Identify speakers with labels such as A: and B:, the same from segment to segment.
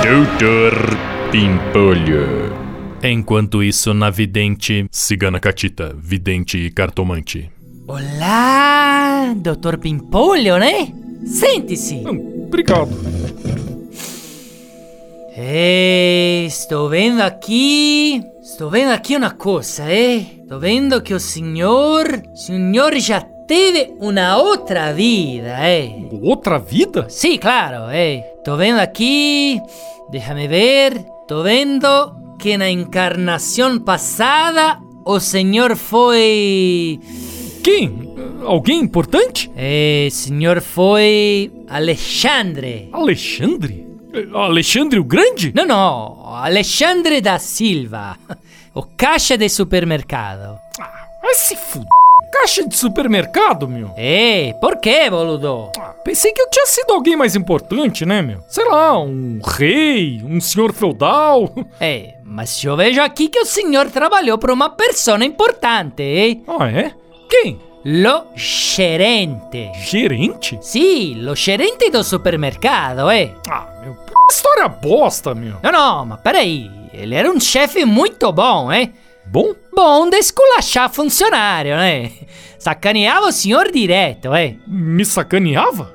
A: Senhor Pimpolho. Enquanto isso, na vidente Cigana Catita, vidente e cartomante.
B: Olá, Dr. Pimpolho, né? Sente-se.
C: Obrigado.
B: Eh, Estou vendo aqui. Estou vendo aqui uma coisa, eh? Estou vendo que o senhor. Senhor já teve uma outra vida, eh?
C: Outra vida?
B: Sim, claro, eh? Estou vendo aqui. Déjame ver. Estou vendo que na encarnação passada o senhor foi.
C: Quem? Alguém importante?
B: Eh, senhor foi. Alexandre.
C: Alexandre? Eh, Alexandre o Grande?
B: No, no, Alexandre da Silva, o caixa de supermercado.
C: Vai se fuder. Caixa de supermercado, meu.
B: Ei, por que, Eh, boludo?
C: Ah, Pensei que eu tinha sido alguém mais importante, né, meu? Sei lá, um rei, um senhor feudal.
B: Ei, mas eu vejo aqui que o senhor trabalhou para uma persona importante, eh?
C: Ah, é? Quem?
B: Lo gerente.
C: Gerente?
B: Sì, lo gerente do supermercado, eh?
C: Ah, meu, p- história bosta, meu.
B: No, no, ma peraí, ele era um chefe muito bom, eh?
C: É Bom?
B: Bom de esculachar funcionário, né? Sacaneava o senhor direto, eh?
C: Me sacaneava?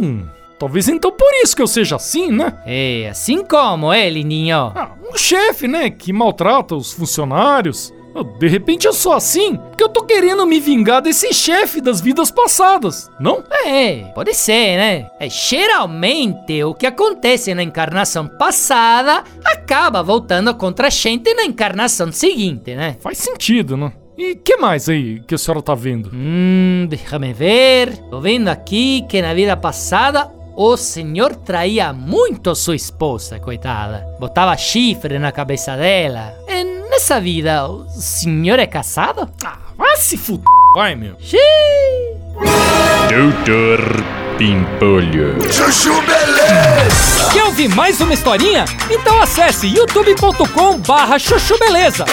C: Hum, talvez então por isso que eu seja assim, né?
B: E assim como, eh, lindinho?
C: Ah, um chefe, né, que maltrata os funcionários. Ah, De repente eu sou assim, porque eu tô querendo me vingar desse chefe das vidas passadas, não?
B: É, pode ser, né? É, geralmente o que acontece na encarnação passada acaba voltando contra a gente na encarnação seguinte, né?
C: Faz sentido, né? E que mais aí que a senhora tá vendo?
B: Hum, deixa-me ver. Tô vendo aqui que na vida passada o senhor traía muito sua esposa, coitada. Botava chifre na cabeça dela. E nessa vida, o senhor é casado?
C: Ah, vai se fuder, vai, meu.
B: Xiii!
A: Doutor Pimpolho.
C: Quer ouvir mais uma historinha? Então acesse youtube.com barra chuchu beleza.